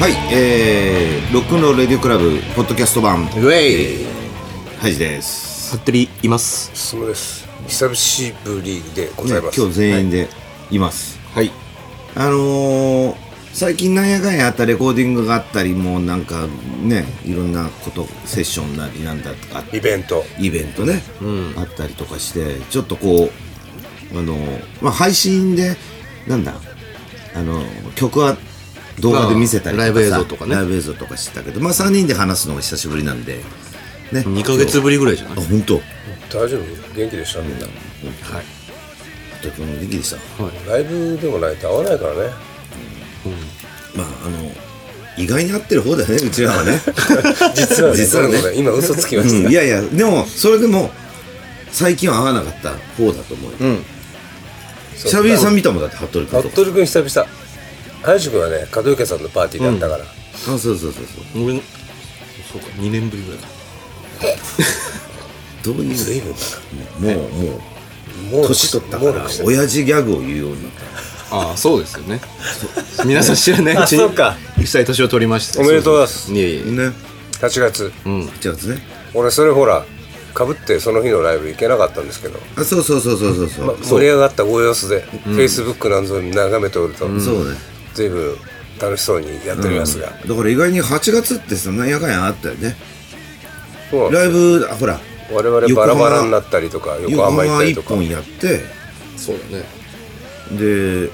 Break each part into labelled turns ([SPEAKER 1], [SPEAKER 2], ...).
[SPEAKER 1] はい、えー、ロックンロールレディオクラブポッドキャスト版
[SPEAKER 2] ウェイ
[SPEAKER 1] ハイジです。
[SPEAKER 2] 服部います
[SPEAKER 3] そうです久しぶりでござい
[SPEAKER 1] ね
[SPEAKER 3] ま、す、
[SPEAKER 1] 今日全員でいます。
[SPEAKER 2] はい
[SPEAKER 1] あのー、最近なんやかんやあったレコーディングがあったり、もうなんかね、いろんなこと、セッションなりなんだとかあっ
[SPEAKER 3] イベント
[SPEAKER 1] イベントね、あったりとかしてちょっとこうあの、まあ、配信でなんだあの曲は動画で見せたりとかさ
[SPEAKER 2] まあライブ映像とかね
[SPEAKER 1] ライブ映像とかしてたけど、まあ、3人で話すのが久しぶりなんで、ね、
[SPEAKER 2] 2ヶ月ぶりぐらいじゃな
[SPEAKER 1] あ
[SPEAKER 2] い
[SPEAKER 1] 本当
[SPEAKER 3] 大丈夫元気でしたみんな
[SPEAKER 2] はい
[SPEAKER 1] とても元気でした
[SPEAKER 3] ライブでもないと合わないか らね
[SPEAKER 1] まああの意外に合ってる方だよねうちらはね
[SPEAKER 3] 実はね
[SPEAKER 1] 実はね
[SPEAKER 3] ごめんごめん今嘘つきました、
[SPEAKER 1] うんいやいやでもそれでも最近は合わなかった方だと思うよ、
[SPEAKER 2] うん
[SPEAKER 1] 久々さん見たもんだって服部君と
[SPEAKER 3] 服部君久々林君はね門池さんのパーティーだったから、
[SPEAKER 1] あそうそうそうそう
[SPEAKER 2] 俺そうか2年ぶりぐらいだ
[SPEAKER 1] どういう
[SPEAKER 3] 随分だ
[SPEAKER 1] もうもう
[SPEAKER 3] なもう
[SPEAKER 1] 年取ったか
[SPEAKER 3] もう
[SPEAKER 1] ら
[SPEAKER 3] 六歳
[SPEAKER 1] 親父ギャグを言うようになっ
[SPEAKER 2] ああそうですよね皆さん知らないうち
[SPEAKER 3] あそうか
[SPEAKER 2] に一歳年を取りまして
[SPEAKER 3] おめでとうございます
[SPEAKER 2] いえいえ
[SPEAKER 1] たね
[SPEAKER 3] 8月
[SPEAKER 2] うん
[SPEAKER 1] じゃあですね
[SPEAKER 3] 俺それほらかぶってその日のライブ行けなかったんですけど、
[SPEAKER 1] あそうそうそうそうそうそう、
[SPEAKER 3] まあ、盛り上がったご様子で、Facebook なんぞに眺めておると、
[SPEAKER 1] そうね
[SPEAKER 3] 随分楽しそうにやっておりますが、
[SPEAKER 1] だから意外に8月ってそんなやかんやあったよね
[SPEAKER 3] もう
[SPEAKER 1] ライブあほら
[SPEAKER 3] 我々バラバラになったりとか横
[SPEAKER 1] 横
[SPEAKER 3] 浜行っ
[SPEAKER 1] 浜
[SPEAKER 3] たり
[SPEAKER 1] 一
[SPEAKER 3] とか
[SPEAKER 1] 本やって
[SPEAKER 2] そうだね
[SPEAKER 1] で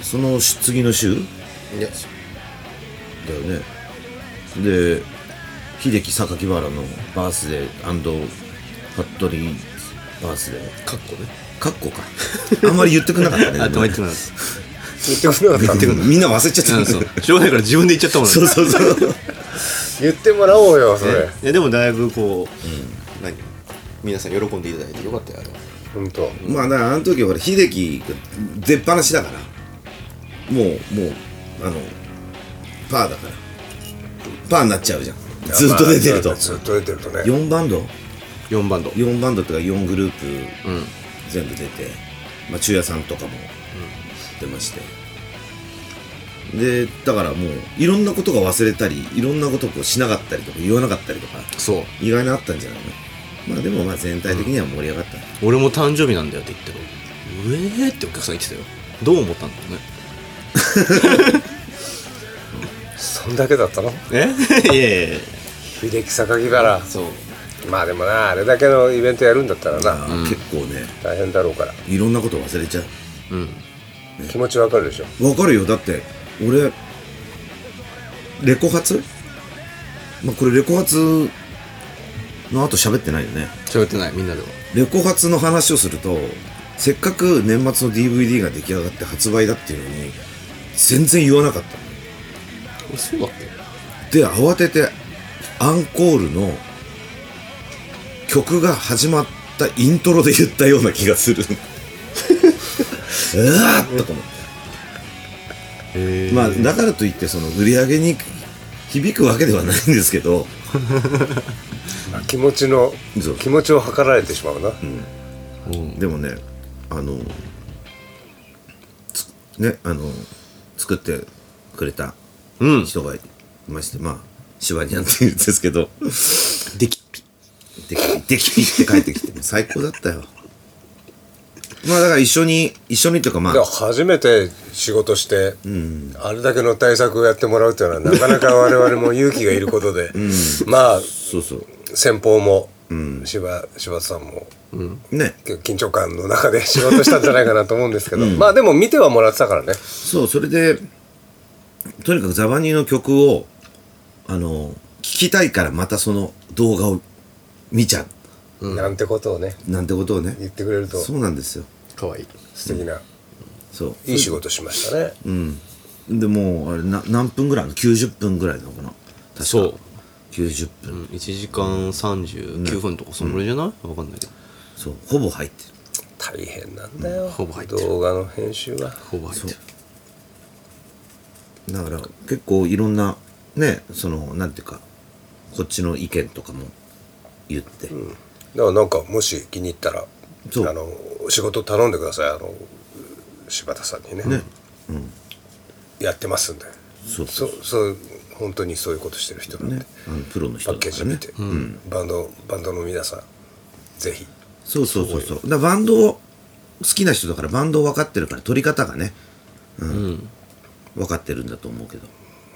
[SPEAKER 1] その次の週
[SPEAKER 2] いや
[SPEAKER 1] だよねで秀樹榊原のバースデー服部バースデー
[SPEAKER 2] かっこね
[SPEAKER 1] かっこかあんまり言ってくれなかったね
[SPEAKER 2] あ
[SPEAKER 1] で
[SPEAKER 2] と
[SPEAKER 1] も
[SPEAKER 2] は
[SPEAKER 1] ね
[SPEAKER 2] 言ってないです
[SPEAKER 3] 言ってこなかった
[SPEAKER 1] みんな忘れちゃ
[SPEAKER 2] う
[SPEAKER 1] っ
[SPEAKER 2] ん
[SPEAKER 1] た
[SPEAKER 2] そうしょうがないから自分で言っちゃったもんね
[SPEAKER 1] そうそうそう
[SPEAKER 3] 言ってもらおうよそれ
[SPEAKER 2] いやでもだいぶこう何皆さん喜んでいただいてよかったよあれ
[SPEAKER 3] 本当
[SPEAKER 1] まあだからあの時ほら秀樹が出っ放しだからもうもうあのパーだからパーになっちゃうじゃんずっと出てると
[SPEAKER 3] まあずっと出てるとね
[SPEAKER 1] 4バンド
[SPEAKER 2] 4バンド
[SPEAKER 1] 4バンドとか4グループ
[SPEAKER 2] うん
[SPEAKER 1] 全部出て、まあ、中夜さんとかも出まして、でだからもういろんなことが忘れたりいろんなことをこうしなかったりとか言わなかったりとか
[SPEAKER 2] そう
[SPEAKER 1] 意外にあったんじゃないのまあでもまあ全体的には盛り上がった、
[SPEAKER 2] 俺も誕生日なんだよって言ったら「うえー」ってお客さん言ってたよどう思ったんだろうね
[SPEAKER 3] そんだけだったの
[SPEAKER 2] え いやいやいや
[SPEAKER 3] 秀樹榊原
[SPEAKER 2] そう
[SPEAKER 3] まあでもなあれだけのイベントやるんだったらな
[SPEAKER 1] あー結構ね
[SPEAKER 3] 大変だろうから
[SPEAKER 1] いろんなこと忘れちゃう
[SPEAKER 2] うん
[SPEAKER 3] 気持ちわかるでしょ
[SPEAKER 1] わかるよだって俺レコ発まあこれレコ発の後喋ってないよね
[SPEAKER 2] 喋ってないみんなでは
[SPEAKER 1] レコ発の話をするとせっかく年末の DVD が出来上がって発売だっていうのに全然言わなかったの
[SPEAKER 2] 俺そうだっけ
[SPEAKER 1] で慌ててアンコールの曲が始まったイントロで言ったような気がする うわーっとか思って
[SPEAKER 2] え
[SPEAKER 1] まあ、だからといってその売り上げに響くわけではないんですけど、
[SPEAKER 3] あ気持ちの
[SPEAKER 1] そう
[SPEAKER 3] 気持ちを図られてしまうな
[SPEAKER 1] でもねあのつねあの作ってくれた
[SPEAKER 2] うん
[SPEAKER 1] 人がいまして、まあシバニャンって言うんですけど
[SPEAKER 2] できっぴ
[SPEAKER 1] できできって帰ってきてもう最高だったよまあだから一緒に一緒にというかまあ
[SPEAKER 3] でも初めて仕事して、あれだけの対策をやってもらうというのはなかなか我々も勇気がいることで、まあ
[SPEAKER 1] そうそう
[SPEAKER 3] 先方も、柴柴田さんも
[SPEAKER 1] ね
[SPEAKER 3] 結構緊張感の中で仕事したんじゃないかなと思うんですけど、まあでも見てはもらってたからね
[SPEAKER 1] そうそれでとにかくザバニーの曲をあの聞きたいからまたその動画を見ちゃう
[SPEAKER 3] なんてことをね
[SPEAKER 1] なんてことをね
[SPEAKER 3] 言ってくれると
[SPEAKER 1] そうなんですよ
[SPEAKER 2] かわいい
[SPEAKER 3] 素敵な、
[SPEAKER 1] そう
[SPEAKER 3] いい仕事しましたね、
[SPEAKER 1] でもうあれな何分ぐらいの90分ぐらいなのかな確か
[SPEAKER 2] そう
[SPEAKER 1] 90分、
[SPEAKER 2] 1時間39分とかそのぐらいじゃないわかんないけど
[SPEAKER 1] そうほぼ入ってる
[SPEAKER 3] 大変なんだよ、
[SPEAKER 2] ほぼ入ってる
[SPEAKER 3] 動画の編集は
[SPEAKER 2] ほぼ入ってる
[SPEAKER 1] だから結構いろんなねそのなんていうかこっちの意見とかも言って、
[SPEAKER 3] だからなんかもし気に入ったら
[SPEAKER 1] そう
[SPEAKER 3] あの仕事頼んでくださいあの柴田さんにねやってますんで
[SPEAKER 1] そう
[SPEAKER 3] そうそう本当にそういうことしてる人なんで、
[SPEAKER 1] ね、あのプロの
[SPEAKER 3] パ
[SPEAKER 1] 人
[SPEAKER 3] ッケ
[SPEAKER 1] だ
[SPEAKER 3] ー
[SPEAKER 1] か
[SPEAKER 3] ジ
[SPEAKER 1] ら
[SPEAKER 3] 見
[SPEAKER 1] ね
[SPEAKER 3] て、バンドバンドの皆さんぜひ
[SPEAKER 1] そうそうそうそうだからバンドを好きな人だからバンドを分かってるから撮り方がね、うん分かってるんだと思うけど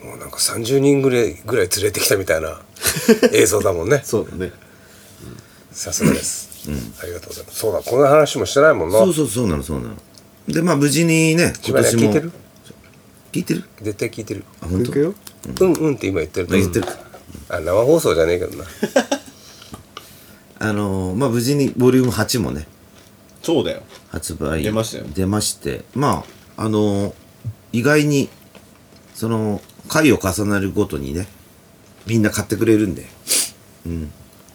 [SPEAKER 3] もうなんか30人ぐらいぐらい連れてきたみた いな映像だもんね
[SPEAKER 2] そうだね
[SPEAKER 3] さすがです、ありがとうございますそうだこの話もしてないもんな
[SPEAKER 1] そうそうそうなのそうなのでまあ無事にね
[SPEAKER 3] し
[SPEAKER 1] 今
[SPEAKER 3] ばらく
[SPEAKER 1] 年も
[SPEAKER 3] 聞いてる
[SPEAKER 1] 聞いてる
[SPEAKER 3] 絶対聞いてる
[SPEAKER 1] あ本当
[SPEAKER 2] よ
[SPEAKER 3] うんうんって今言ってると
[SPEAKER 1] 言ってる
[SPEAKER 3] あ生放送じゃねえけどな
[SPEAKER 1] あのーまあ無事にボリューム8もね
[SPEAKER 2] そうだよ
[SPEAKER 1] 発売
[SPEAKER 2] 出ましたよ
[SPEAKER 1] 出ましてまああのー意外にその回を重なるごとにねみんな買ってくれるんで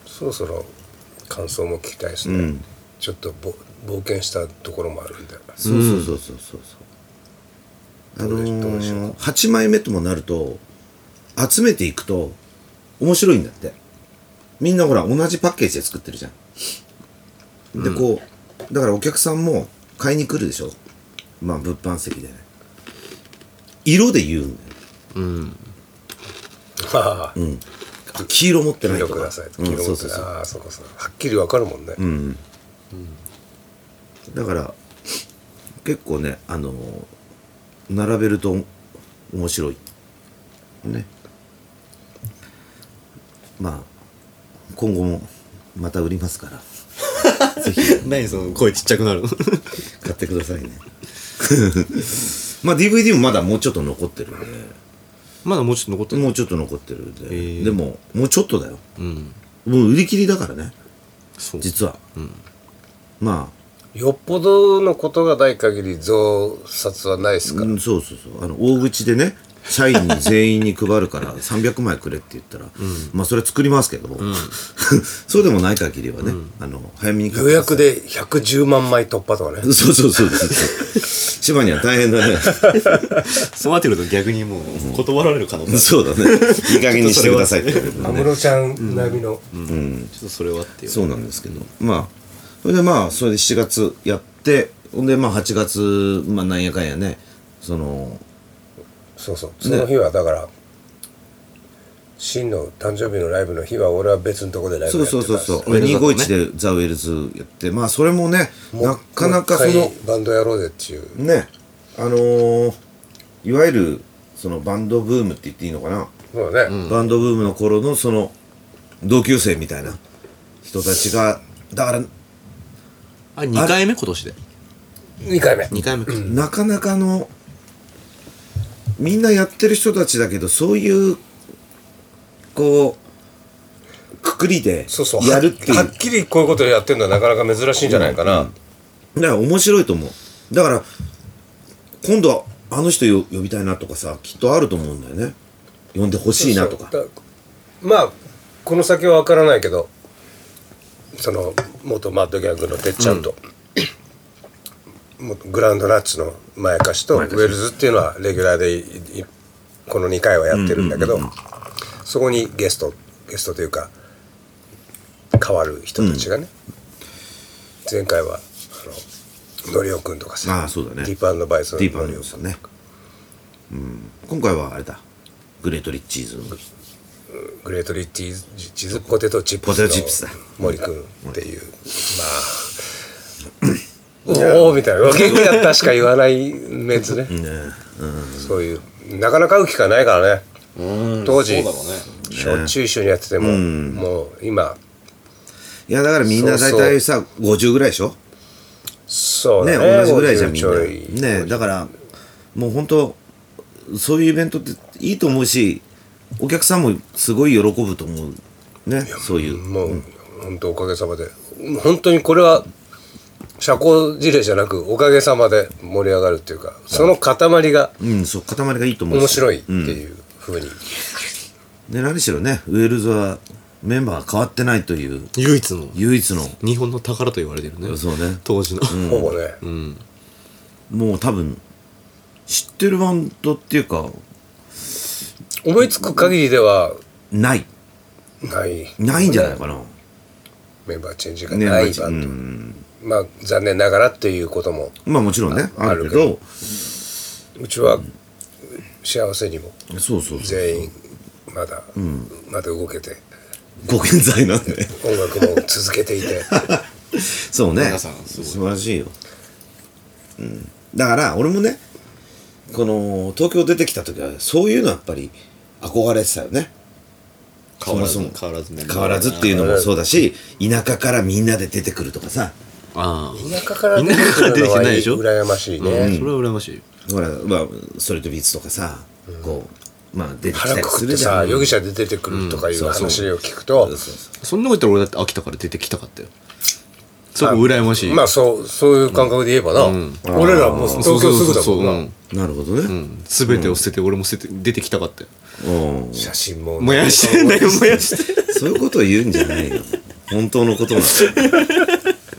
[SPEAKER 3] そろそろ感想も聞きたいですね、ちょっとぼ冒険したところもあるんで
[SPEAKER 1] そうそうそうそうそうそうあ
[SPEAKER 3] ど
[SPEAKER 1] の
[SPEAKER 3] うでどうでしょう
[SPEAKER 1] ー、8枚目ともなると集めていくと面白いんだってみんなほら同じパッケージで作ってるじゃんでこう、だからお客さんも買いに来るでしょまあ物販席でね色で言うんだよ
[SPEAKER 3] はあ、
[SPEAKER 1] あ黄色持って
[SPEAKER 3] 黄
[SPEAKER 1] ないと
[SPEAKER 3] 色
[SPEAKER 1] か
[SPEAKER 3] ください
[SPEAKER 1] う
[SPEAKER 3] と
[SPEAKER 1] ん
[SPEAKER 3] 黄色
[SPEAKER 1] そ
[SPEAKER 3] く
[SPEAKER 1] うそう
[SPEAKER 3] だ
[SPEAKER 1] そ
[SPEAKER 3] さいうああそうかそうかはっきりわかるもんね、
[SPEAKER 1] うん、だから結構ねあのー並べると面白いねまあ今後もまた売りますからぜひ
[SPEAKER 2] 何その声ちっちゃくなるの
[SPEAKER 1] 買ってくださいね まあ DVD もまだもうちょっと残ってるん
[SPEAKER 2] まだもうちょっと残って
[SPEAKER 1] で
[SPEAKER 2] る
[SPEAKER 1] もうちょっと残ってるんで、
[SPEAKER 2] へえ
[SPEAKER 1] でももうちょっとだよ
[SPEAKER 2] うん
[SPEAKER 1] もう売り切りだからね
[SPEAKER 2] そう
[SPEAKER 1] 実は、
[SPEAKER 2] ん
[SPEAKER 1] まあ
[SPEAKER 3] よっぽどのことがない限り増刷はないですから、
[SPEAKER 1] うん、そうそうそうあの大口でね社員全員に配る から300枚くれって言ったら、まあそれは作りますけど、 そうでもない限りはね、あの早めに買っ
[SPEAKER 3] 予
[SPEAKER 1] て
[SPEAKER 3] 約で110万枚突破とかね
[SPEAKER 1] そうそうそうそう芝には大変だね
[SPEAKER 2] そうなってくると逆にもう断られる可能性
[SPEAKER 1] そうだねいい加減にしてくださいってことで
[SPEAKER 3] 安
[SPEAKER 1] ね
[SPEAKER 3] 室ちゃん並みの、
[SPEAKER 2] ちょっとそれはっていう
[SPEAKER 1] そうなんですけどまあそれでまあそれで7月やってほんでまあ8月まあなんやかんやねその
[SPEAKER 3] そうそうその日はだから、真の誕生日のライブの日は俺は別のとこでライブ
[SPEAKER 1] そ
[SPEAKER 3] や
[SPEAKER 1] う
[SPEAKER 3] ってた
[SPEAKER 1] そ
[SPEAKER 3] ん
[SPEAKER 1] うそ
[SPEAKER 3] です
[SPEAKER 1] うそう
[SPEAKER 2] ウェルズだとね
[SPEAKER 1] 251でザ・ウェルズやってまあそれもね
[SPEAKER 3] もう
[SPEAKER 1] なかなかそ
[SPEAKER 3] もう
[SPEAKER 1] の
[SPEAKER 3] 一回バンドやろうぜっていう
[SPEAKER 1] ねあのーいわゆるそのバンドブームって言っていいのかな、
[SPEAKER 3] そうね、
[SPEAKER 1] バンドブームの頃のその同級生みたいな人たちがだから
[SPEAKER 2] あ二2回目今年で
[SPEAKER 3] 2回目
[SPEAKER 2] 2回目か
[SPEAKER 1] なかなかのみんなやってる人たちだけどそういうこうくくりで
[SPEAKER 3] そうそう
[SPEAKER 1] やるっていう
[SPEAKER 3] ははっきりこういうことやってるのはなかなか珍しいんじゃないかな、
[SPEAKER 1] だから面白いと思うだから今度はあの人よ呼びたいなとかさきっとあると思うんだよね呼んでほしいなとか
[SPEAKER 3] そうだまあこの先は分からないけどその元マッドギャングのてっちゃんと、元グランドナッツの前歌詞とウェルズっていうのはレギュラーでいいこの2回はやってるんだけど、そこにゲストゲストというか変わる人たちがね、前回はあののりおくんとかさ
[SPEAKER 1] ああそうだね
[SPEAKER 3] ディープバイスの
[SPEAKER 1] ディープア
[SPEAKER 3] の
[SPEAKER 1] ン
[SPEAKER 3] りお
[SPEAKER 1] ド
[SPEAKER 3] くん
[SPEAKER 1] さんね、うん、今回はあれだグレートリッチーズの
[SPEAKER 3] グレートリッチーズチーズポテトチップ
[SPEAKER 1] ポテトチップス
[SPEAKER 3] ス
[SPEAKER 1] だ
[SPEAKER 3] の森くんっていうまあおおみたいな元気だったしか言わないメンツねそういうなかなか会う機会ないからね当時
[SPEAKER 2] そうだろうね
[SPEAKER 3] しょっちゅう一緒にやっててももう今
[SPEAKER 1] いやだからみんな
[SPEAKER 3] そう
[SPEAKER 1] 大
[SPEAKER 3] そう
[SPEAKER 1] 体さ50ぐらいでしょ
[SPEAKER 3] そう
[SPEAKER 1] ね
[SPEAKER 3] だ
[SPEAKER 1] 同じぐらいじゃんみん
[SPEAKER 3] 50ちょい
[SPEAKER 1] なねだからもう本当そういうイベントっていいと思うしお客さんもすごい喜ぶと思うねそういう
[SPEAKER 3] もう本当おかげさまで本当にこれは社交辞令じゃなくおかげさまで盛り上がるっていうかその塊が
[SPEAKER 1] うんそう塊がいいと思うし
[SPEAKER 3] 面白いっていうふうに、
[SPEAKER 1] で何しろねウェールズはメンバーが変わってないという
[SPEAKER 2] 唯一の
[SPEAKER 1] 唯一の
[SPEAKER 2] 日本の宝と言われてるね
[SPEAKER 1] そうね
[SPEAKER 2] 当時の、
[SPEAKER 3] ほぼね、
[SPEAKER 1] もう多分知ってるバンドっていうか
[SPEAKER 3] 思いつく限りでは
[SPEAKER 1] ない
[SPEAKER 3] ない
[SPEAKER 1] ないんじゃないかな
[SPEAKER 3] メンバーチェンジがないバンド、まあ残念ながらっていうことも
[SPEAKER 1] まあもちろんねあ
[SPEAKER 3] あ
[SPEAKER 1] るけ
[SPEAKER 3] るけ
[SPEAKER 1] ど
[SPEAKER 3] どうちは幸せにも
[SPEAKER 1] そうそうそう
[SPEAKER 3] 全員まだ、まだ動けて
[SPEAKER 1] ご健在なんで
[SPEAKER 3] 音楽も続けていて
[SPEAKER 1] そうね
[SPEAKER 2] さんす
[SPEAKER 1] 素
[SPEAKER 2] ご
[SPEAKER 1] 晴
[SPEAKER 2] い
[SPEAKER 1] らしいよ、うん、だから俺もねこの東京出てきた時はそういうのやっぱり憧れてたよね
[SPEAKER 2] 変わらず
[SPEAKER 1] そもそも
[SPEAKER 2] 変わらずね
[SPEAKER 1] 変わらずっていうのもそうだし田舎からみんなで出てくるとかさ
[SPEAKER 2] ああ
[SPEAKER 3] 田舎から出
[SPEAKER 2] 田舎から
[SPEAKER 3] てくる
[SPEAKER 2] 出て
[SPEAKER 3] の
[SPEAKER 2] きて
[SPEAKER 3] は
[SPEAKER 2] ないでしょ
[SPEAKER 3] 羨ましいね、
[SPEAKER 2] うんそれは羨ましいよ
[SPEAKER 1] ほら、まあ、ストレートビーツとかさ、こうまあ出てきた
[SPEAKER 3] 腹
[SPEAKER 1] り
[SPEAKER 3] くく
[SPEAKER 1] す
[SPEAKER 3] っ
[SPEAKER 1] る
[SPEAKER 3] て
[SPEAKER 1] じゃ
[SPEAKER 3] さ
[SPEAKER 1] ん
[SPEAKER 3] 容疑者で出てくるとかいう
[SPEAKER 1] そうそう
[SPEAKER 3] 話を聞くと、
[SPEAKER 1] そうそう
[SPEAKER 2] そんなこと言ったら俺だって秋田から出てきたかったよそこ羨ましい
[SPEAKER 3] まあそうそういう感覚で言えばな、俺らもう
[SPEAKER 2] そ
[SPEAKER 3] 東
[SPEAKER 2] うそ
[SPEAKER 3] 京
[SPEAKER 2] う
[SPEAKER 3] すぐ
[SPEAKER 2] そう
[SPEAKER 3] だ
[SPEAKER 2] そ
[SPEAKER 3] も
[SPEAKER 2] う
[SPEAKER 3] んな
[SPEAKER 2] うん
[SPEAKER 1] なるほどね、
[SPEAKER 2] うん全てを捨てて俺も捨てて出てきたかったよ
[SPEAKER 1] うん
[SPEAKER 3] 写真も
[SPEAKER 2] 燃やしてんだよ燃やして
[SPEAKER 1] そういうことを言うんじゃないよ本当のことなんだよ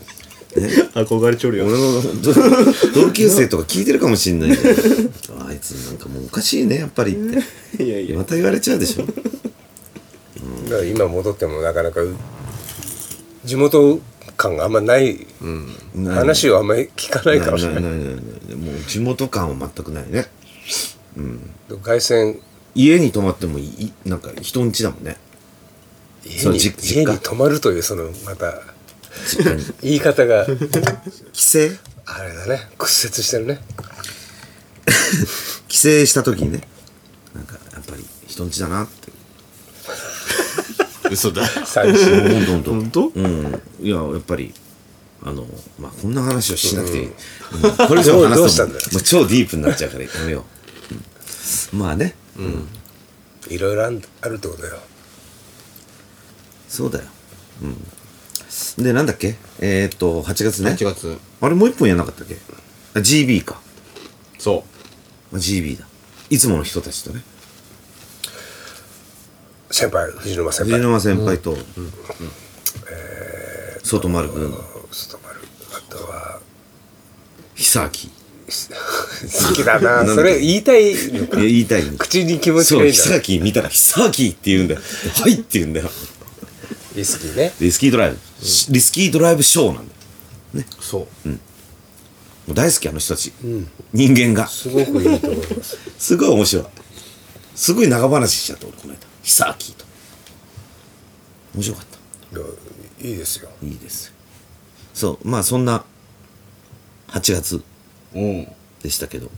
[SPEAKER 2] 憧れちょるよ
[SPEAKER 1] 俺の 同同級生とか聞いてるかもしんないじゃん あいつなんかもうおかしいねやっぱりっ
[SPEAKER 2] いやい
[SPEAKER 1] て
[SPEAKER 2] や
[SPEAKER 1] また言われちゃうでし ょ
[SPEAKER 3] だから今戻ってもなかなかう地元感があんまない、
[SPEAKER 1] ない
[SPEAKER 3] 話をあんまり聞かないかもしれ
[SPEAKER 1] な
[SPEAKER 3] ないい
[SPEAKER 1] ないないないもう地元感は全くないね
[SPEAKER 3] 凱旋
[SPEAKER 1] 家に泊まってもいいなんか人ん家だもんね
[SPEAKER 3] 家
[SPEAKER 1] そう
[SPEAKER 3] に
[SPEAKER 1] じ
[SPEAKER 3] 家
[SPEAKER 1] 実
[SPEAKER 3] に
[SPEAKER 1] 家
[SPEAKER 3] 泊まるというそのまた
[SPEAKER 1] 実家に
[SPEAKER 3] 言い方が
[SPEAKER 1] 帰省
[SPEAKER 3] あれだね屈折してるね
[SPEAKER 1] 帰省した時にねなんかやっぱり人ん家だなって
[SPEAKER 2] 嘘だ
[SPEAKER 3] 寂しい
[SPEAKER 1] ほんとほんと
[SPEAKER 2] 本当
[SPEAKER 1] うんいややっぱりあのまあこんな話をしなくていい、うんこれ以上
[SPEAKER 3] どうどう
[SPEAKER 1] 話
[SPEAKER 3] し
[SPEAKER 1] す
[SPEAKER 3] た
[SPEAKER 1] と
[SPEAKER 3] んだよ
[SPEAKER 1] もう超ディープになっちゃうからやめよう、うんまあね
[SPEAKER 3] いろいろあんあるってことよ
[SPEAKER 1] そうだよ。うん。で、なんだっけえー、っと、8月ね。
[SPEAKER 2] 8月
[SPEAKER 1] あれもう一本やんなかったっけあ ?GB か。
[SPEAKER 2] そ
[SPEAKER 1] あ GB だ。いつもの人たちとね。
[SPEAKER 3] 先輩藤沼先
[SPEAKER 1] 藤
[SPEAKER 3] 輩
[SPEAKER 1] 沼先輩と、外丸くん、
[SPEAKER 3] 外丸あとは
[SPEAKER 1] 久明。い
[SPEAKER 3] 好きだなそれ言いたいのか
[SPEAKER 1] や言いたいの
[SPEAKER 3] 口に気持ちが
[SPEAKER 1] そ、
[SPEAKER 3] いういんだ
[SPEAKER 1] 久明見たら、久明って言うんだよ。はいって言うんだよ。
[SPEAKER 3] リスキーね
[SPEAKER 1] リスキードライブ、リスキードライブショーなんだよ。
[SPEAKER 2] うそう
[SPEAKER 1] もう大好き、あの人たち。人間が。
[SPEAKER 3] すごくいいと思います
[SPEAKER 1] すごい面白い。すごい長話しちゃった、俺、この間。久明と。面白かった。
[SPEAKER 3] いやいいですよ
[SPEAKER 1] いいですよそうまあそんな8月
[SPEAKER 2] うん
[SPEAKER 1] でしたけど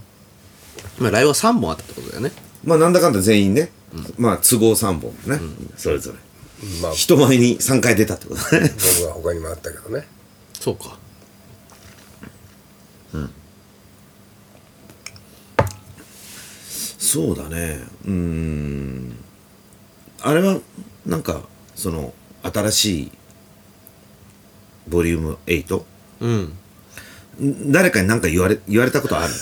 [SPEAKER 2] まあライブは3本あったってことだよね
[SPEAKER 1] まあなんだかんだ全員ね、まあ都合3本ね、それぞれ
[SPEAKER 3] まあ
[SPEAKER 1] 人前に3回出たってことね
[SPEAKER 3] 僕は他にもあったけどね
[SPEAKER 2] そうか
[SPEAKER 1] そうだねうーんあれはなんかその新しいボリューム8
[SPEAKER 2] うん
[SPEAKER 1] ん誰かに何か言われ言われたことある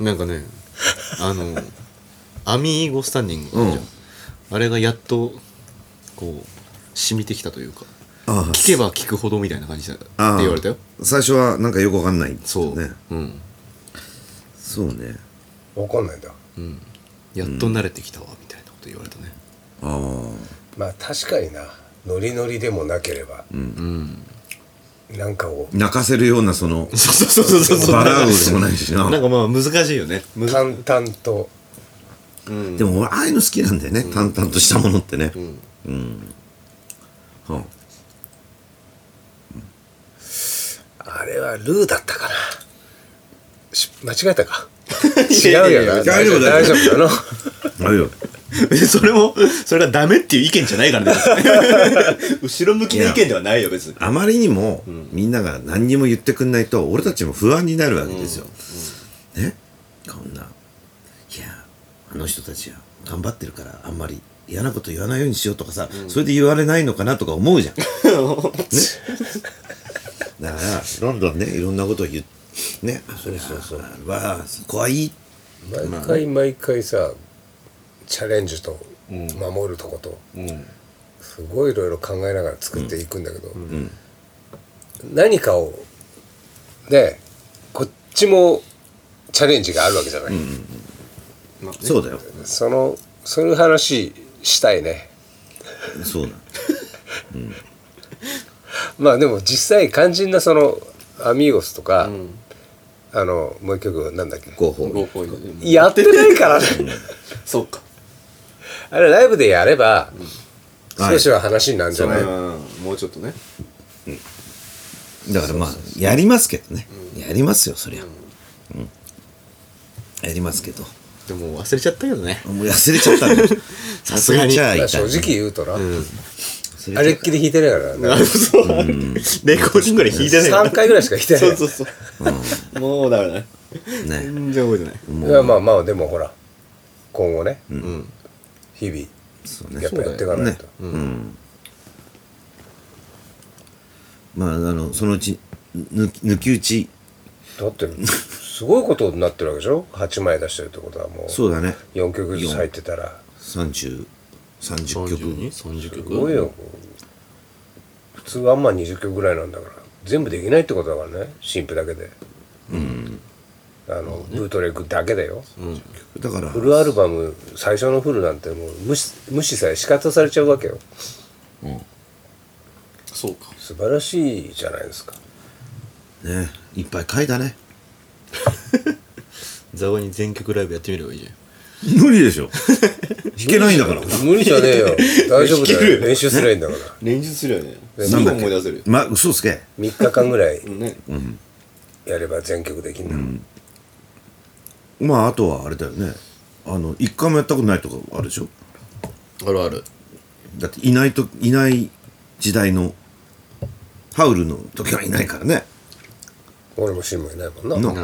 [SPEAKER 2] なんかねあ のアミーゴスタンディングあるじゃ
[SPEAKER 1] う
[SPEAKER 2] ん
[SPEAKER 1] ん
[SPEAKER 2] あれがやっとこう染みてきたというか
[SPEAKER 1] ああ
[SPEAKER 2] 聞けば聞くほどみたいな感じだって
[SPEAKER 1] ああ
[SPEAKER 2] 言われたよ
[SPEAKER 1] 最初はなんかよくわかんないんです
[SPEAKER 2] そ
[SPEAKER 1] よ
[SPEAKER 2] う、
[SPEAKER 1] ね
[SPEAKER 2] うん、
[SPEAKER 1] そうね
[SPEAKER 3] わかんないんだ
[SPEAKER 2] うん、やっと慣れてきたわみたいなこと言われたね
[SPEAKER 1] あ
[SPEAKER 3] まあ確かになノリノリでもなければ、なんかを
[SPEAKER 1] あ泣かせるようなその
[SPEAKER 2] そうそうそうそう
[SPEAKER 1] バラードでもないしな。
[SPEAKER 2] なんかまあ難しいよねむず
[SPEAKER 3] 淡々と
[SPEAKER 1] でも俺、ああいうの好きなんだよね。淡々としたものってね。うん。は
[SPEAKER 3] あれはルーだったかなし間違えたか
[SPEAKER 2] い
[SPEAKER 3] 違う
[SPEAKER 2] やい
[SPEAKER 3] よ
[SPEAKER 2] やいや
[SPEAKER 3] な
[SPEAKER 1] 大丈夫
[SPEAKER 3] 大丈夫だな
[SPEAKER 1] あるよ。
[SPEAKER 2] それもそれはダメっていう意見じゃないからね 後ろ向きな意見ではないよ別に
[SPEAKER 1] あまりにも、みんなが何にも言ってくんないと、俺たちも不安になるわけですよ。ねこんな。いや、あの人たちは頑張ってるから、あんまり嫌なこと言わないようにしようとかさ、それで言われないのかなとか思う じゃん。だからロンドンねいろんなことを言うねそうそうそうわあ怖い
[SPEAKER 3] 毎回毎回さチャレンジと守るとこと、すごいいろいろ考えながら作っていくんだけど、何かをねこっちもチャレンジがあるわけじゃない、
[SPEAKER 1] そうだよ
[SPEAKER 3] そのそういう話したいね
[SPEAKER 1] そうだ
[SPEAKER 3] まあでも実際肝心なそのアミーゴスとか、あのもう一曲なんだっけ
[SPEAKER 1] 合法
[SPEAKER 2] 法
[SPEAKER 3] やってないからね
[SPEAKER 2] そうか
[SPEAKER 3] あれライブでやれば、
[SPEAKER 1] はい
[SPEAKER 3] 少しは話になるんじゃない、
[SPEAKER 2] うんもうちょっとね
[SPEAKER 1] だからまあやりますけどね、やりますよそりゃ、うんやりますけど
[SPEAKER 2] でも忘れちゃったけどね
[SPEAKER 1] もう忘れちゃったね さすがに
[SPEAKER 3] まあ正直言うとな、あれっきり弾いてないからな
[SPEAKER 2] あそうレコーディングぐらい弾いてない
[SPEAKER 3] 3回ぐらいしか弾いてない
[SPEAKER 2] そうそうそう、もうダメだね
[SPEAKER 1] ね
[SPEAKER 2] 全然覚えてな
[SPEAKER 3] い
[SPEAKER 2] い
[SPEAKER 3] やまあまあでもほら今後ね、日々やっぱやっていかない
[SPEAKER 1] ね
[SPEAKER 3] と、
[SPEAKER 1] うん、まああのそのうち抜き抜き打ち
[SPEAKER 3] だってすごいことになってるわけでしょ8枚出してるってことはもう
[SPEAKER 1] そうだね
[SPEAKER 3] 4曲ずつ入ってたら
[SPEAKER 1] 3030曲
[SPEAKER 2] 30
[SPEAKER 3] す
[SPEAKER 2] 曲
[SPEAKER 3] ごいよ普通はあんま20曲ぐらいなんだから全部できないってことだからね新譜だけであのブートレックだけだよ
[SPEAKER 1] だから
[SPEAKER 3] フルアルバム最初のフルなんてもう無視無視され仕方されちゃうわけよ
[SPEAKER 2] そうか
[SPEAKER 3] 素晴らしいじゃないですか
[SPEAKER 1] ねいっぱい書いたね
[SPEAKER 2] ザワに全曲ライブやってみればいいじゃん
[SPEAKER 1] 無理でしょ 弾けないんだから
[SPEAKER 3] 無理じゃねえよ大丈夫
[SPEAKER 2] 弾け
[SPEAKER 3] だ
[SPEAKER 2] る
[SPEAKER 3] よ練習すりゃいいんだから
[SPEAKER 2] 連日するよね
[SPEAKER 1] な
[SPEAKER 2] す
[SPEAKER 1] ん
[SPEAKER 2] ぐ
[SPEAKER 1] だっけ
[SPEAKER 2] 思い出せるよ
[SPEAKER 1] まあ嘘つけ
[SPEAKER 3] 3日間ぐらい
[SPEAKER 2] ね
[SPEAKER 3] やれば全曲できんだ、
[SPEAKER 1] まああとはあれだよねあの一回もやったことないとかあるでしょ
[SPEAKER 2] あるある
[SPEAKER 1] だっていないといない時代のハウルの時はいないからね
[SPEAKER 3] 俺もシンもいないもんな、
[SPEAKER 1] の、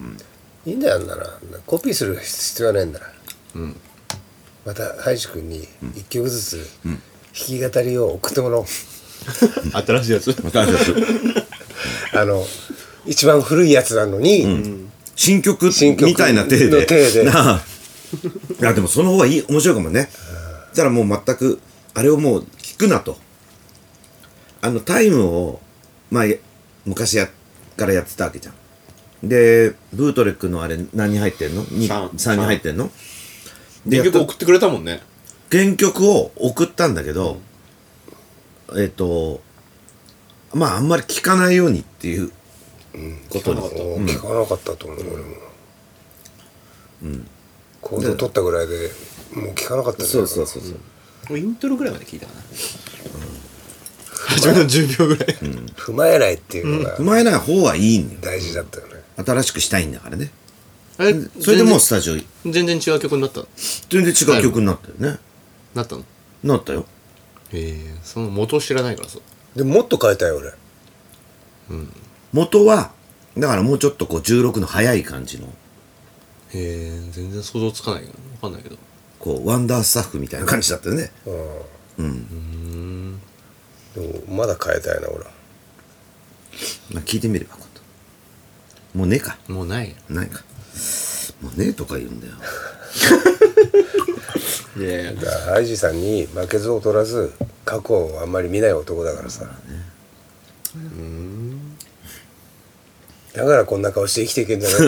[SPEAKER 2] うん
[SPEAKER 3] いいんだよあんならコピーする必要はないんだなまたハイジ君に1曲ずつ弾き語りを送ってもらおう、
[SPEAKER 2] 新しいや つ
[SPEAKER 1] またあれですよ
[SPEAKER 3] あの一番古いやつなのに、
[SPEAKER 1] 新曲
[SPEAKER 3] 新曲
[SPEAKER 1] みたいな体
[SPEAKER 3] の
[SPEAKER 1] で
[SPEAKER 3] 体で
[SPEAKER 1] なあいやでもその方がいい面白いかもねだからもう全くあれをもう聞くなとあのタイムをまあや昔やからやってたわけじゃんでブートレックのあれ何入ってんのに
[SPEAKER 2] 三
[SPEAKER 1] ?3 に入ってんので
[SPEAKER 2] 結局
[SPEAKER 1] やっ
[SPEAKER 2] 送ってくれたもんね
[SPEAKER 1] た原曲を送ったんだけど、えっ、とまああんまり聞かないようにっていうことに
[SPEAKER 3] もう聞かなかったと思う、俺も、コードを取ったぐらいでもう聞かなかったんじ
[SPEAKER 1] そう
[SPEAKER 3] ゃないか
[SPEAKER 1] そ
[SPEAKER 3] な
[SPEAKER 1] うそうそう
[SPEAKER 2] イントロぐらいまで聞いたかな初めの10秒ぐらい
[SPEAKER 3] 踏まえないっていうのが
[SPEAKER 1] 踏まえない方はいいんだよ
[SPEAKER 3] 大事だったよね、
[SPEAKER 1] 新しくしたいんだからね
[SPEAKER 2] あれ
[SPEAKER 1] それでもうスタジオ
[SPEAKER 2] 全然違う曲になった
[SPEAKER 1] 全然違う曲になったよね
[SPEAKER 2] なったの
[SPEAKER 1] なったよ
[SPEAKER 2] へえその元を知らないからさ
[SPEAKER 3] でももっと変えたよ俺
[SPEAKER 1] 元はだからもうちょっとこう16の速い感じの
[SPEAKER 2] へえ全然想像つかないわかんないけど
[SPEAKER 1] こうワンダースタッフみたいな感じだったよね
[SPEAKER 3] でもまだ変えたいな俺は
[SPEAKER 1] まあ聞いてみればこともうねえか
[SPEAKER 2] もうない
[SPEAKER 1] ないかもうねえとか言うんだよ
[SPEAKER 2] いやいや
[SPEAKER 3] だからハイジさんに負けず劣らず過去をあんまり見ない男だからさだからこんな顔して生きていけんじゃない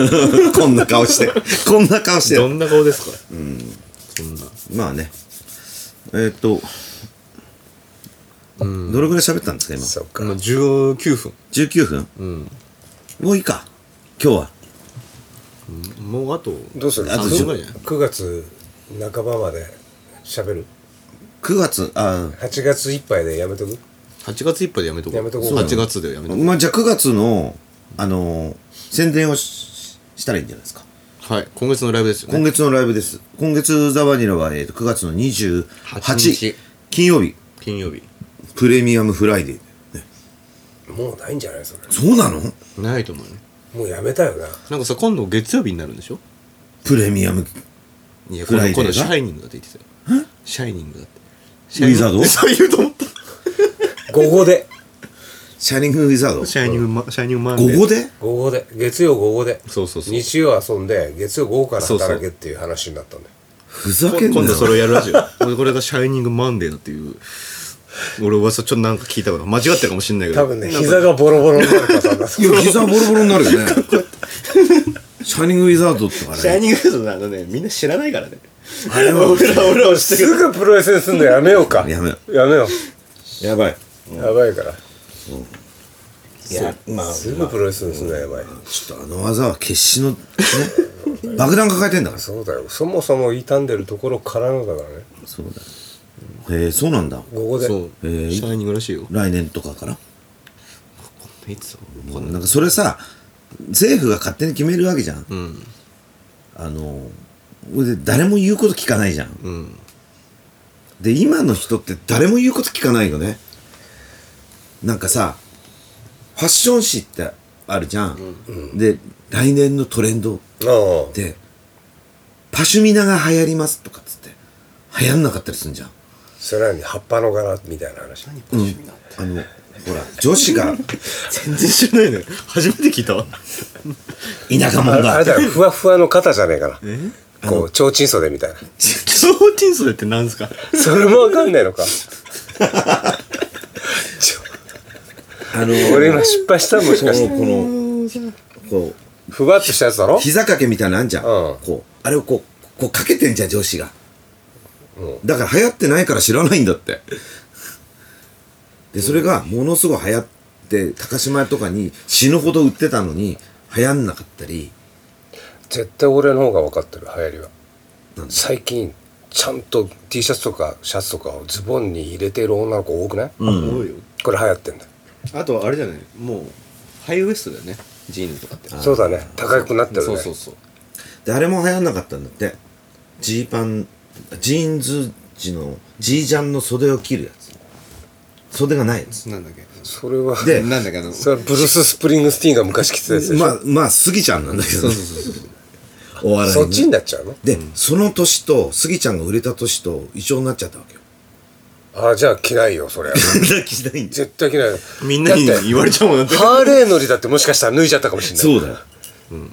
[SPEAKER 1] こんな顔してこんな顔して
[SPEAKER 2] どんな顔ですかうんそんな
[SPEAKER 1] まあねえー、っとどれぐらい喋ったんですか今
[SPEAKER 3] そっか
[SPEAKER 2] もう19分
[SPEAKER 1] 19分
[SPEAKER 2] うん
[SPEAKER 1] もういいか今日は
[SPEAKER 2] もうあと
[SPEAKER 3] どうする
[SPEAKER 1] あと
[SPEAKER 2] 10
[SPEAKER 3] 9月半ばまで喋る
[SPEAKER 1] 9月あ
[SPEAKER 3] 8月いっぱいでやめとく
[SPEAKER 2] 8月いっぱいでやめとこう
[SPEAKER 3] やめとこう
[SPEAKER 2] そう8月でやめとこ
[SPEAKER 1] まあ、じゃあ9月の、あのー宣伝をししたらいいんじゃないですか。
[SPEAKER 2] うはい今月のライブですよね
[SPEAKER 1] 今月のライブです。今月ザバニラは、えー、と9月の28
[SPEAKER 2] 8日
[SPEAKER 1] 金曜日、
[SPEAKER 2] 金曜日
[SPEAKER 1] プレミアムフライデー。
[SPEAKER 3] もうないんじゃないそれ
[SPEAKER 1] そうなの
[SPEAKER 2] ないと思うね
[SPEAKER 3] もうやめたよな
[SPEAKER 2] なんかさ今度月曜日になるんでしょ
[SPEAKER 1] プレミアム。
[SPEAKER 2] いや
[SPEAKER 1] フ
[SPEAKER 2] 今
[SPEAKER 1] ライ
[SPEAKER 2] 度
[SPEAKER 1] デーが
[SPEAKER 2] 今度シャイニングだって言ってたよシャイニングだって
[SPEAKER 1] ウィザード
[SPEAKER 2] そう言うと思った
[SPEAKER 3] 午後で
[SPEAKER 1] シャイニングウィザード。
[SPEAKER 2] シャイニングマシャイニングマンデー
[SPEAKER 1] 午後で
[SPEAKER 3] 午後で月曜午後で
[SPEAKER 2] そうそうそう
[SPEAKER 3] 日曜遊んで月曜午後から働けっていう話になったんだよ
[SPEAKER 1] ふざけんな
[SPEAKER 2] 今
[SPEAKER 1] よ
[SPEAKER 2] 度それをやるらしいよ俺これが「シャイニングマンデー」だっていう俺噂ちょっとなんか聞いたから間違ってるかもしんないけど
[SPEAKER 3] 多分ね膝がボロボロになるから さない
[SPEAKER 1] や、膝ボロボロになるよね。シャイニングウィザードとか
[SPEAKER 2] シャイ
[SPEAKER 1] ね。
[SPEAKER 2] ニングフードなのねみんな知らないからね
[SPEAKER 1] あれは
[SPEAKER 2] 俺ら俺らを知って
[SPEAKER 3] すぐプロレスにすんのやめようか
[SPEAKER 1] やめよ
[SPEAKER 3] うやめよ
[SPEAKER 1] やばい。
[SPEAKER 3] うやばいから
[SPEAKER 1] いや、まあ、
[SPEAKER 3] すぐプロレスにすんのやばい
[SPEAKER 1] ちょっとあの技は決死の、ね、爆弾抱えてんだから
[SPEAKER 3] そうだよそもそも傷んでるところからのだからね
[SPEAKER 1] そうだへえそうなんだ
[SPEAKER 3] ここで
[SPEAKER 2] そう、
[SPEAKER 1] えー
[SPEAKER 2] シャーニングらしいよ
[SPEAKER 1] 来年とかから
[SPEAKER 2] こんないつだろう
[SPEAKER 1] なんかそれさ政府が勝手に決めるわけじゃん、
[SPEAKER 2] うん
[SPEAKER 1] あのそれで誰も言うこと聞かないじゃん、
[SPEAKER 2] うん
[SPEAKER 1] で今の人って誰も言うこと聞かないよねなんかさファッション誌ってあるじゃん、で来年のトレンド
[SPEAKER 3] ああ
[SPEAKER 1] でパシュミナが流行りますとかっつって流行んなかったりするんじゃん
[SPEAKER 3] それなのに葉っぱの柄みたいな話
[SPEAKER 1] あのほら女子 が
[SPEAKER 2] 全然知らないね初めて聞いたわ
[SPEAKER 1] 田舎
[SPEAKER 3] あ
[SPEAKER 1] 者
[SPEAKER 3] れあ
[SPEAKER 1] が
[SPEAKER 3] れだよふわふわの肩じゃねえかなこう提灯袖みたいな
[SPEAKER 2] 超人袖ってなんですか
[SPEAKER 3] それもわかんないのかちょ
[SPEAKER 1] あの
[SPEAKER 3] 俺今失敗したもしかし
[SPEAKER 1] こう
[SPEAKER 3] て
[SPEAKER 1] このこ
[SPEAKER 3] ふわっとしたやつだろ
[SPEAKER 1] う膝掛けみたいなのあんじゃん、
[SPEAKER 3] うん
[SPEAKER 1] こうあれをこうこうかけてんじゃん女子が、だから流行ってないから知らないんだってでそれがものすごい流行って高島屋とかに死ぬほど売ってたのに流行んなかったり
[SPEAKER 3] 絶対俺の方が分かってる流行りは
[SPEAKER 1] なんで
[SPEAKER 3] 最近ちゃんと T シャツとかシャツとかをズボンに入れてる女の子多くない、
[SPEAKER 2] 多いよ
[SPEAKER 3] これ流行ってんだよ
[SPEAKER 2] あとあれじゃないもうハイウエストだよねジーンズとかってそ
[SPEAKER 3] そうだね高くなってるね
[SPEAKER 2] うそうそう
[SPEAKER 1] であれも流行んなかったんだってジーパンジーンズ地のジージャンの袖を切るやつ袖がないやつ
[SPEAKER 2] なんだっけ
[SPEAKER 3] それは
[SPEAKER 1] で
[SPEAKER 2] なんだっけあの
[SPEAKER 3] それはブルース・スプリングスティーンが昔着てたやつでしょ、
[SPEAKER 1] まあまあスギちゃんなんだけど、
[SPEAKER 2] そう
[SPEAKER 1] ね、
[SPEAKER 2] そうそうそう
[SPEAKER 1] お笑いの
[SPEAKER 3] そっちになっちゃうの
[SPEAKER 1] で、その年と、スギちゃんが売れた年と一緒になっちゃったわけよ。
[SPEAKER 3] ああじゃあ着ないよそれ
[SPEAKER 1] 泣きしないん
[SPEAKER 3] 絶対着ないよ
[SPEAKER 2] みんなに
[SPEAKER 3] だって
[SPEAKER 2] 言われちゃうもんだって
[SPEAKER 3] ハーレー乗りだってもしかしたら脱いじゃったかもしれ ない
[SPEAKER 1] そうだよ。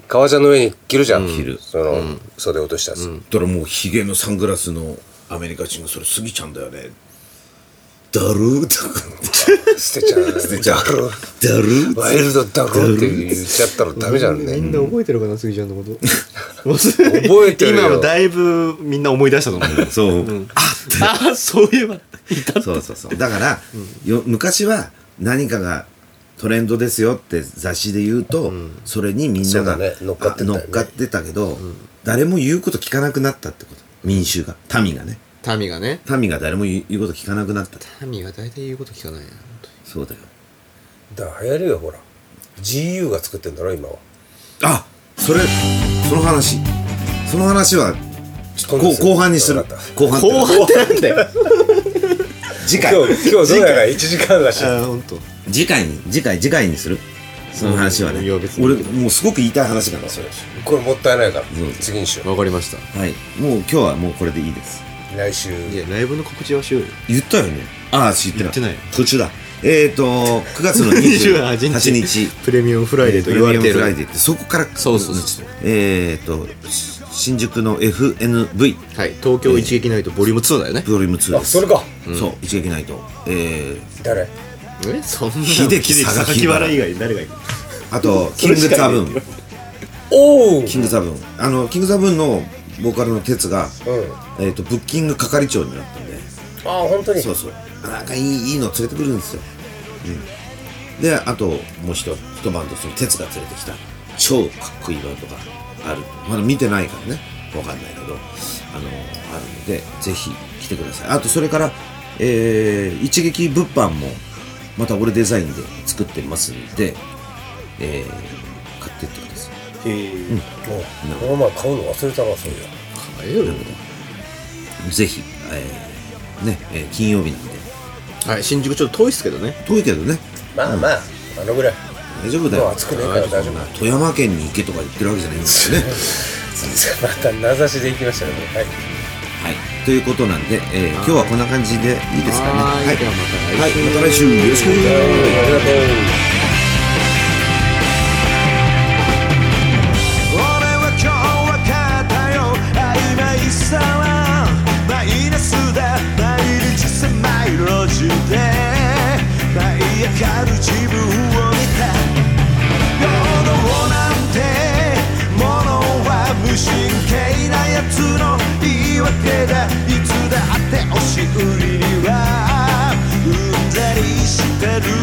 [SPEAKER 3] 革ジャンの上に着るじゃん、
[SPEAKER 1] 着る
[SPEAKER 3] その、袖落としたやつ、
[SPEAKER 1] だからもうヒゲのサングラスのアメリカ人がそれスギちゃんだよね。だるーとか。
[SPEAKER 3] 捨てちゃう捨てちゃう
[SPEAKER 1] だるー
[SPEAKER 3] ワイルドだろって言っちゃったらダメじゃんね
[SPEAKER 2] みんな覚えてるかな杉ちゃんのこと
[SPEAKER 3] 覚
[SPEAKER 2] 覚
[SPEAKER 3] えてるよ
[SPEAKER 2] 今はだいぶみんな思い出したと思う
[SPEAKER 1] そう。
[SPEAKER 2] ああそういえばいた
[SPEAKER 1] そうそうそう。だから、よ昔は何かがトレンドですよって雑誌で言うと、それにみんなが、
[SPEAKER 3] そうだね乗っかってたよ
[SPEAKER 1] 乗
[SPEAKER 3] ね
[SPEAKER 1] っかってたけど、誰も言うこと聞かなくなったってこと。民衆が。民がね。
[SPEAKER 2] 民がね
[SPEAKER 1] 民が誰も言う言うこと聞かなくなった。
[SPEAKER 2] 民が大体言うこと聞かないな本当に
[SPEAKER 1] そうだよ。
[SPEAKER 3] だから流行りはほら GU が作ってんだろ今は
[SPEAKER 1] あそれその話その話はちょっと
[SPEAKER 3] 今度
[SPEAKER 1] 後
[SPEAKER 3] する
[SPEAKER 1] 後半にする
[SPEAKER 3] わかった
[SPEAKER 1] 後半って
[SPEAKER 2] 後半ってなんだよ
[SPEAKER 1] 次回
[SPEAKER 3] 今日今日どうやら1時間らしい
[SPEAKER 2] ああ本当
[SPEAKER 1] 次回に次回次回にするその話はね
[SPEAKER 2] いや別に
[SPEAKER 1] 俺もうすごく言いたい話なんだそれ
[SPEAKER 3] これもったいないから
[SPEAKER 1] そう
[SPEAKER 3] 次にしよ
[SPEAKER 2] わかりました
[SPEAKER 1] はいもう今日はもうこれでいいです
[SPEAKER 3] う来週
[SPEAKER 2] いやライブの告知はしようよ
[SPEAKER 1] 言ったよねああ知ってない
[SPEAKER 2] 言ってない
[SPEAKER 1] 途中だえっ、ー、と9月の28
[SPEAKER 2] 28
[SPEAKER 1] 日日
[SPEAKER 2] プレミアムフライデーと
[SPEAKER 1] えー
[SPEAKER 2] 言われて
[SPEAKER 1] プ
[SPEAKER 2] る
[SPEAKER 1] レミアムフライデーってそこから
[SPEAKER 2] そうそうそう
[SPEAKER 1] えっ、ー、とし新宿の FNV
[SPEAKER 2] はい東京一撃ナイトボリューム2だよね
[SPEAKER 1] プロリム2
[SPEAKER 3] あ
[SPEAKER 1] です
[SPEAKER 3] それか
[SPEAKER 1] そう一撃ないとえー、
[SPEAKER 3] 誰
[SPEAKER 2] えそんな
[SPEAKER 1] 秀樹榊原
[SPEAKER 2] 以外に誰がいる
[SPEAKER 1] あと、キングザブーン。
[SPEAKER 3] おお
[SPEAKER 1] キングザブーン。あの、キングザブーンのボーカルの哲が、
[SPEAKER 3] うんあ
[SPEAKER 1] えっ、と、ブッキング係長になったんで、
[SPEAKER 3] 本当に
[SPEAKER 1] そうそう。なんかいい、いいの連れてくるんですよ。うん。で、あと、もう一、一バンド、その哲が連れてきた、超かっこいいバンドがある。まだ見てないからね、わかんないけど、あの、あるので、ぜひ来てください。あと、それから、えー、一撃物販も、また俺デザインで作ってますんで、えー、買ってってください。
[SPEAKER 3] うんこの前買うの忘れたなそういや
[SPEAKER 1] ぜひ、えーね、えー金曜日なんで。
[SPEAKER 2] はい新宿ちょっと遠いっすけどね
[SPEAKER 1] 遠いけどね、
[SPEAKER 3] まあまああのぐらい
[SPEAKER 1] 大丈夫だ
[SPEAKER 3] も
[SPEAKER 1] よ。
[SPEAKER 3] う暑くねえから大丈夫
[SPEAKER 1] まあ富山県に行けとか言ってるわけじゃないんですよね。
[SPEAKER 3] また名指しでいきましたけどはい
[SPEAKER 1] はい。ということなんで、えー今日はこんな感じでいいですかね。
[SPEAKER 2] はーい
[SPEAKER 1] はい。
[SPEAKER 2] ではまた来週
[SPEAKER 1] はい、また来週よろしく
[SPEAKER 3] ありがとう
[SPEAKER 4] 俺は今日は勝ったよ曖昧さはマイナスだ毎日狭い路地で舞い上がる自分を見た平等なんてものは無神経なやつの言い訳だいつだって押し売りにはうんざりしてる